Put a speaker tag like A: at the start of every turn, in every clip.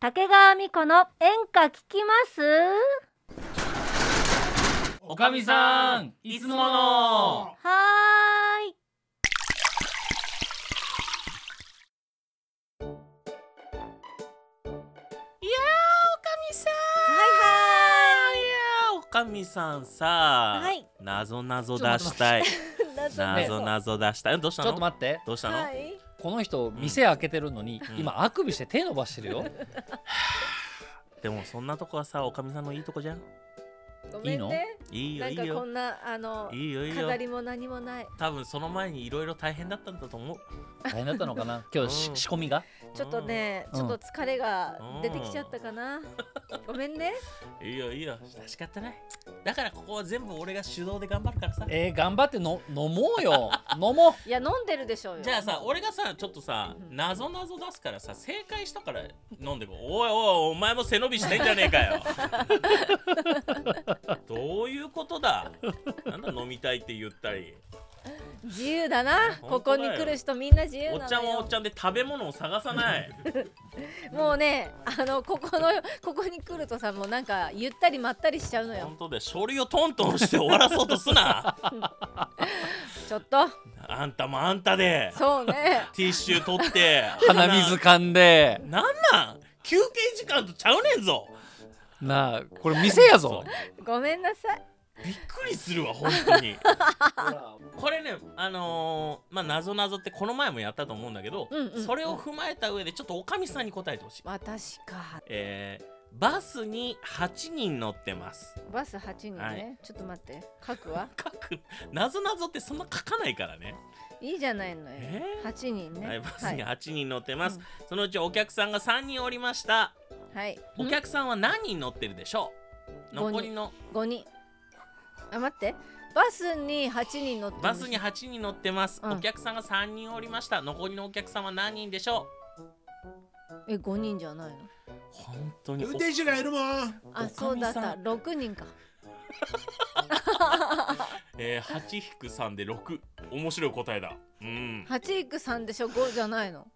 A: 竹川美子の演歌聞きます
B: おかみさんいつもの
A: はーい
B: いやーおかみさん
A: はい
B: やーおかみさんさ
A: はい
B: なぞなぞ出したい
A: ーい
B: なぞなぞ出したいどうし
C: ち
B: た
C: ょっ
B: の
C: と待って
B: どうしたの
A: い
C: この人店開けてるのに、
B: うん
C: 今あくびして手伸ばして るよ、
B: でもそんなとこはさおかみさんのいいとこじゃん
A: ご
C: いいの
B: いいよ
A: ないん
B: い
A: かこ
B: よ
A: んなあの
B: いいよいいよ
A: 飾りも何もない
B: 多分その前にいろいろ大変だったんだと思う
C: 大変だったのかな今日し、
B: うん
C: 仕込みが
A: ちょっとね、
C: うん
A: ちょっと疲れが出てきちゃったかな、ごめんね
B: うんいいよいいよ仕方ないだからここは全部俺が手動で頑張るからさ
C: えー、頑張っての飲もうよ 飲もう
A: いや飲んでるでしょうよ
B: じゃあさ俺がさちょっとさ
A: うん
B: なぞなぞ出すからさ正解したから飲んでこうおいおいお前も背伸びしてんじゃねえか よどういうことだなんだ飲みたいって言ったり
A: 自由だなこ
B: 本
A: こ
B: 当だよ
A: に来る人みんな自由な
B: おっ
A: の
B: ちゃんはお
A: よ
B: っちゃんで食べ物を探さない
A: もうねあのここのここに来るとさもうなんかゆったりまったりしちゃうのよ
B: 本当で書類をトントンして終わらそうとすな
A: ちょっと
B: あんたもあんたで
A: そうね
B: ティッシュ取 って
C: 鼻水噛んで
B: なんなん休憩時間とちゃうねんぞ
C: なあこれ店やぞ
A: ごめんなさい
B: びっくりするわ本当にこれねあのーまあなぞなぞってこの前もやったと思うんだけど、
A: うんうんうん
B: それを踏まえた上でちょっとおかみさんに答えてほしい、
A: 私か
B: えーバスに8人乗ってます
A: バス8人ね、
B: はい
A: ちょっと待って書くわ
B: 書くなぞなぞってそんな書かないからね
A: いいじゃないのよ、
B: えー
A: 8人ね
B: はい、バスに
A: はい、
B: 8人乗ってます、
A: うん
B: そのうちお客さんが3人おりました
A: はい、
B: お客さんは何人乗ってるでしょう
A: 五人
B: 残りの
A: 5人あ待ってバスに8人乗って
B: バスに
A: 8
B: 8人乗ってます、
A: うん
B: お客さんが3人おりました残りのお客さんは何人でしょ
A: え5人じゃないの
B: う本当に
D: 運転手がいるもん
A: あ
B: お
A: そ
B: か
A: う
B: み
A: だ
B: さ
A: っ
B: ん
A: た6人か
B: えー、8引く3で6面白い答えだうん
A: 8いく3でしょ5じゃないの、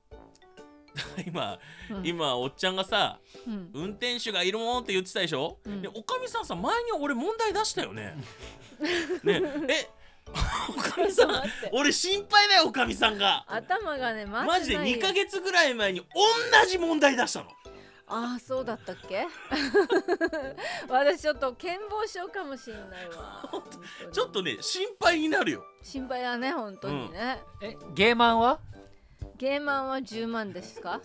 B: 今
A: うん、
B: 今おっちゃんがさ
A: うん
B: 運転手がいるもんって言ってたでしょ、
A: うん
B: でおかみさんさ前に俺問題出したよねねえ おかみさ
A: ちょっと
B: ん
A: 待って
B: 俺心配だよおかみさんが
A: 頭がねマ
B: マジで2ヶ月ぐらい前に同じ問題出したの
A: ああそうだったっけ 私ちょっと健忘症かもしれないわ
B: ちょっとね心配になるよ
A: 心配だね本当にね、
C: えゲーマンは
A: ゲーマンは10万ですか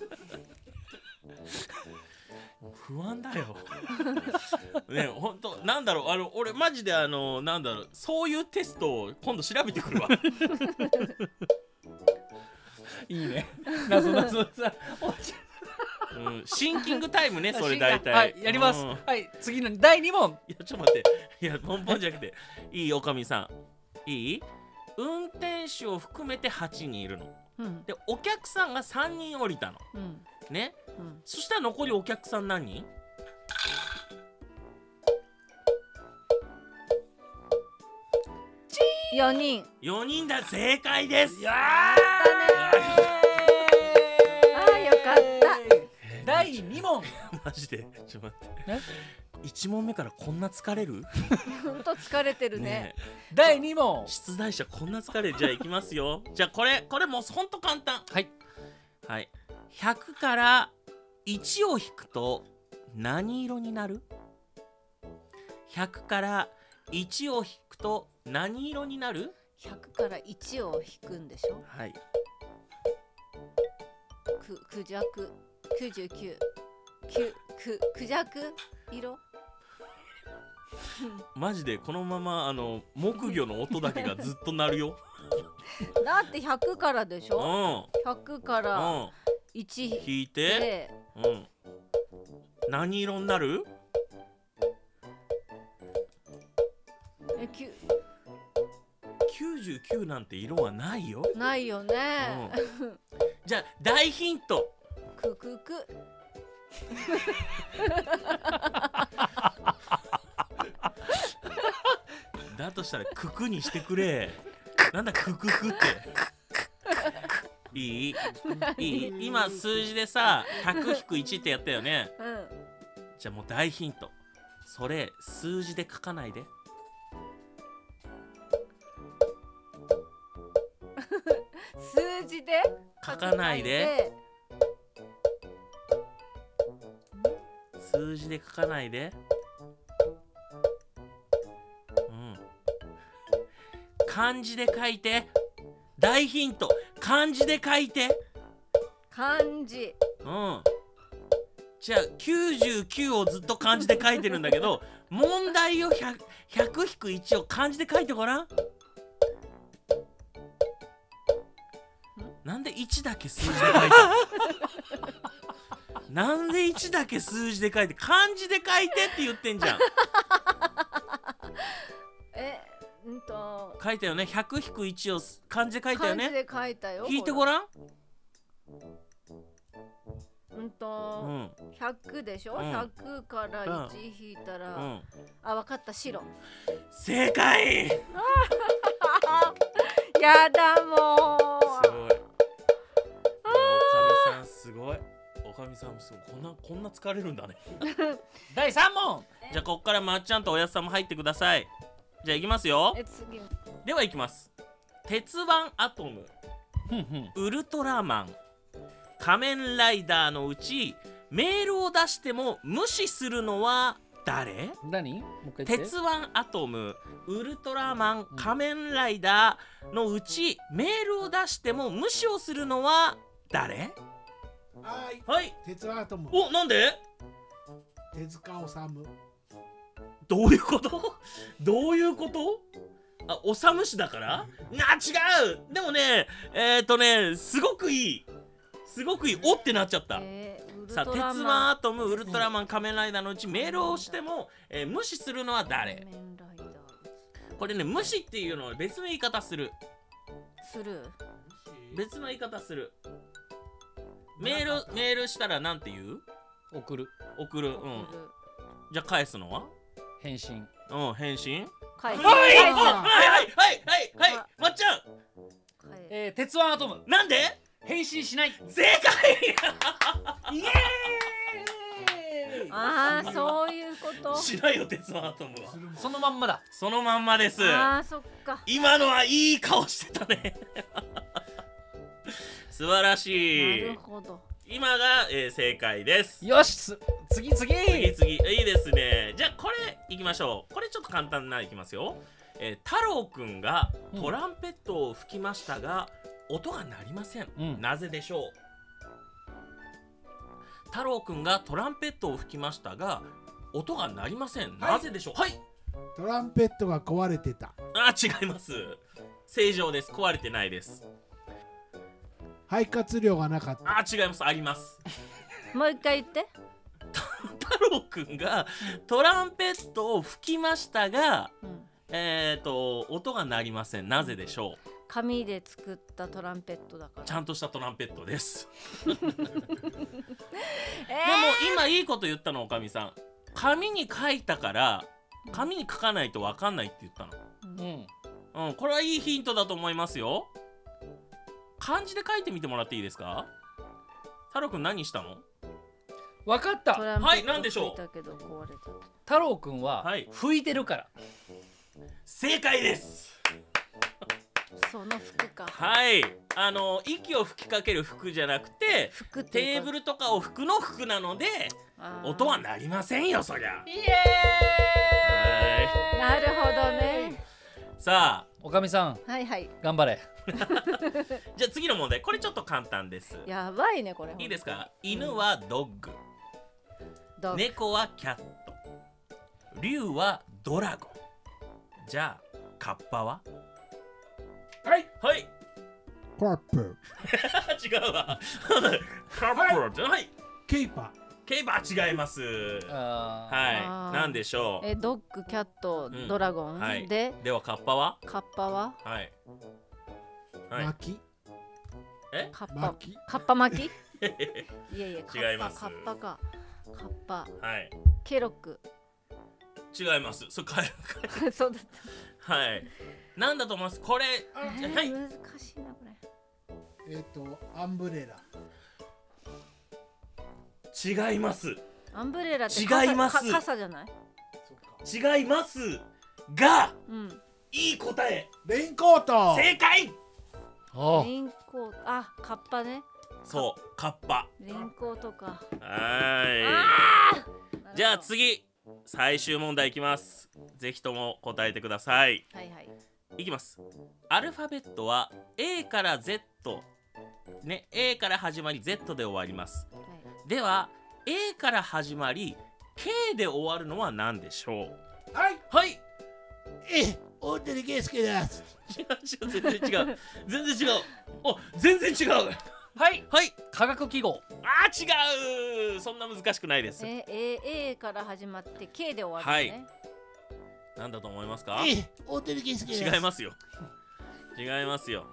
B: 不安だよね本当なんだろうあの俺マジであのなんだろうそういうテストを今度調べてくるわ
C: いいねなぞな ぞさおっちゃ
B: うんシンキングタイムね、
C: ん
B: それ大体。
C: はいやります、
B: うんい
C: はい次の第2問
B: や、ちょっと待って。いや、ポンポンじゃなくて。いい、おかみさん。いい運転手を含めて8人いるの。
A: うん
B: で、お客さんが3人降りたの。
A: うん
B: ね。
A: うん
B: そしたら残りお客さん何人
A: 4人
B: ?4 人だ、正解です
C: や
A: あーよかった
C: 第2問
B: マジで。ちょっと待って
C: ね。
B: 1問目からこんな疲れる
A: ほんと疲れてるね
B: ねえ
C: 第2問
B: 出題者こんな疲れるじゃあいきますよじゃあこれこれもうほんと簡単
C: はい
B: はい100から1を引くと何色になる ?100 から1を引くと何色になる
A: 100から1を引くんでしょ
B: はい
A: くクジャク99くくクジャク色
B: マジでこのままあの木魚の音だけがずっと鳴るよ
A: だって100からでし
B: うん
A: ょ100か
B: う
A: ら
B: ん
A: 1引い
B: 引いて
A: て
B: うん何色になる
A: えきゅ
B: ?99 なんて色はないよ、
A: ないよ
B: う
A: ね
B: ん、じゃあ大ヒント
A: くくく
B: だとしたらククにしてくれ。なんだクククって。いいいい今数字でさ100-1ってやったよね
A: うん
B: じゃあもう大ヒントそれ数字で書かないで
A: 数字で
B: 書かないで数字で書かないでうん漢字で書いて大ヒント漢字で書いて
A: 漢字
B: うんじゃあ99をずっと漢字で書いてるんだけ ど問題を 100, 100-1を漢字で書いてごらんなんで1だけ数字で書いてる なんで1だけ数字で書いて漢字で書いてって言ってんじゃん
A: えうんと
B: 書いたよね100-1を漢字で書いたよ
A: 漢字
B: ね
A: で書いたよ
B: 引いてごらん
A: うん
B: う
A: と
B: ん
A: 100でしょ
B: うん
A: 100から
B: うん
A: 1引いた
B: う
A: ら
B: ん
A: あわかった白
B: 正解す
A: やだも
B: ご
A: う
B: いおかみさんすごいおかみさんもすごいこんなこんな疲れるんだね
C: 第三問
B: じゃあここからまっちゃんとおやつさんも入ってくださいじゃあいきますよ
A: え次
B: ではいきます鉄腕アトム
C: ふんふん
B: ウルトラマン仮面ライダーのうちメールを出しても無視するのは誰
C: 何もう一回言って
B: 鉄腕アトムウルトラマン仮面ライダーのうちメールを出しても無視をするのは誰
D: はーい。
B: はい
D: 鉄腕アトム。
B: おなんで
D: 手塚治虫。
B: どういうことどういうことあ、おさむしだからな違うでもね、えっ、ー、とね、すごくいいすごくいいおってなっちゃった
A: えーウル
B: さあ、
A: ト
B: 鉄腕
A: ラマン
B: アトム、ウルトラマン、仮面ライダーのうちメールをしても、えー無視するのは
A: 仮
B: 誰
A: 面ライダー
B: これね、無視っていうのは別の言い方する
A: する
B: 別の言い方するメール、メールしたらなんて言う
C: 送る
B: 送る、うんじゃあ返すのは
C: 返信
B: うん、返信
A: 返す
B: はい
A: 返
D: あ
B: はい
D: ー
B: はいはいはいはいまっちゃん
A: す返す
C: えー、鉄腕アトム
B: なんで
C: 返信しない
B: 正解
C: イエーイ
A: ああそういうこと
B: しないよ鉄腕アトムは
D: するもん
C: そのまんまだ
B: そのまんまです
A: ああそっか
B: 今のはいい顔してたね 素晴ら
A: な
B: しい
A: るほど
B: 今が、えー正解です
C: よしつ次次
B: 次次いいですねじゃあこれいきましょうこれちょっと簡単ないきますよ、えー太郎くんがトランペットを吹きましたが、音が鳴りません、
C: うん
B: なぜでしょう太郎くんがトランペットを吹きましたが音が鳴りません、なぜでしょうはい
D: トランペットが壊れてた。
B: あ違います正常です壊れてないです
D: 肺活量がなかった。
B: あ違いますあり ます
A: もう一回言って
B: 太郎くんがトランペットを吹きましたが
A: うん
B: えっ、と音が鳴りませんなぜでしょう
A: 紙で作ったトランペットだから
B: ちゃんとしたトランペットです、でも
A: え
B: 今いいこと言ったのおかみさん紙に書いたから紙に書かないと分かんないって言った
C: うん
B: のうんこれはいいヒントだと思いますよ漢字で書いてみてもらっていいですか太郎くん何したの
C: わかっ
A: ート
C: た
A: ランペ
B: はい
A: ッ
B: な
A: ト
B: んでし
A: 吹
B: ょ
A: いうたけど壊れた
C: 太郎くんは、
B: はい
C: 拭いてるから
B: 正解です
A: その服か
B: はいあの息を吹きかける服じゃなくて
A: 服ってい
B: テ
A: う
B: ー
A: か
B: ブルとかを拭くの服なので
A: あー
B: 音は鳴りませんよそりゃ
C: イエーイ
A: なるほどね
B: さあ
C: おかみさん
A: はいはい
C: 頑張れ
B: じゃあ次の問題これちょっと簡単です
A: やばいねこれ
B: いいですか犬はドッグ
A: どう
B: 猫はキャット竜はドラゴンじゃあカッパは
C: はい
B: はい
D: コップ。
B: 違うわカッパはい、はい、
D: ケイパ
B: 競馬違います
C: あー
B: はい
A: あー
B: なんでしょ
A: えドッグキャット
B: うん
A: ドラゴ
B: う
A: ン、
B: はい
A: で
B: ではカッパは
A: カッパは
B: はい
D: ー。
B: はい
D: 巻き。
A: カッパ
D: 巻き。
A: カッパ巻 きいやいやカ
B: 違い
A: ッ
B: ま
A: パ
B: す
A: カッパかカッパ
B: はい
A: ケロック
B: 違いますそ れ変え変え
A: そうだっ
B: はい。なんだと思いますこれ、
A: た、え
B: じゃ
A: ー
B: はい。
A: 難しいなこれ
D: えっ、とアンブレラ
B: 違います
A: アンブレラって傘
B: 違います
A: か傘じゃない
D: そっか
B: 違いますが
A: うん
B: いい答え
D: レインコート
B: 正解
C: あ
A: レインコートあカッパね
B: そうカッパ
A: レインコートか
B: は
A: なるほ
B: ー
A: ど
B: いじゃあ次最終問題いきますぜひとも答えてください
A: はいはい
B: いきますアルファベットは A から Z ね A から始まり Z で終わります
A: はい
B: では A から始まり K で終わるのは何でしょう
D: はい
B: はい
D: え大谷圭介です
B: 違う違う全然違う全然違うお全然違う
C: はい
B: はい
C: 科学記号
B: あー違うそんな難しくないです
A: え A, A から始まって K で終わるのね、
B: なんだと思いますか
D: え大谷圭介
B: 違いますよ違いますよ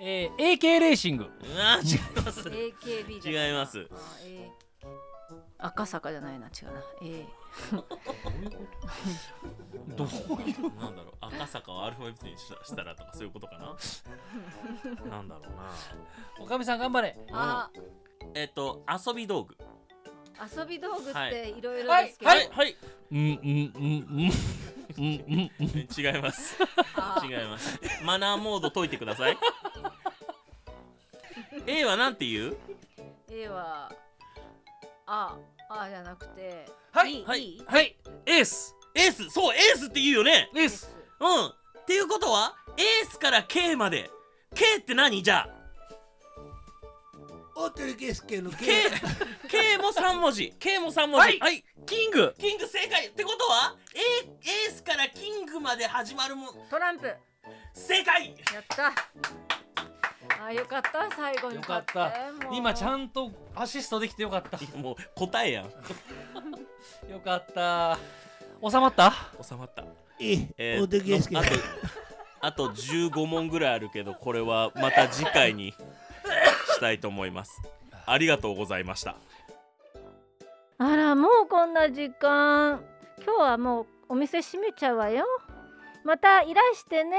C: えー、AK レーシング
B: うわー違います
A: AKB じゃな
B: 違います
A: あ、A、赤坂じゃないな違うな A
B: どういうなんだろう赤坂をアルファベットにしたしたらとかそういうことかななんだろうな
C: おかみさん頑張れ
A: あ
B: えっと遊び道具
A: 遊び道具っ
B: は
A: て
B: い
A: いろいろですけど、
B: はいはい
C: うんうんうんうんうんうん
B: 違います
A: あ
B: 違いますマナーモード解いてください A はなんて言う
A: A はああじゃなくて
C: はい
A: い
B: はい
A: い
C: はいエース
B: エースそうエースって言うよね
C: エー
A: で
C: ス
A: す
B: うんっていうことはエースから K まで K って何じゃあ
D: 大谷圭介の
B: K,
D: K
B: K も3文字 K も3文字
C: はい
B: はい、
C: キング
B: キング正解ってことは A エースからキングまで始まるもん
A: トランプや
B: 正解
A: ったあよかった最後に
C: よかっ
A: 勝
C: た
A: てもう
C: 今ちゃんとアシストできてよかった
B: もう答えやん
C: よかった収まった
B: 収まった
D: え
B: え
D: 大谷圭介
B: のあとあと15問ぐらいあるけどこれはまた次回にしたいと思いますありがとうございました
A: あらもうこんな時間今日はもうお店閉めちゃうわよまたいらしてね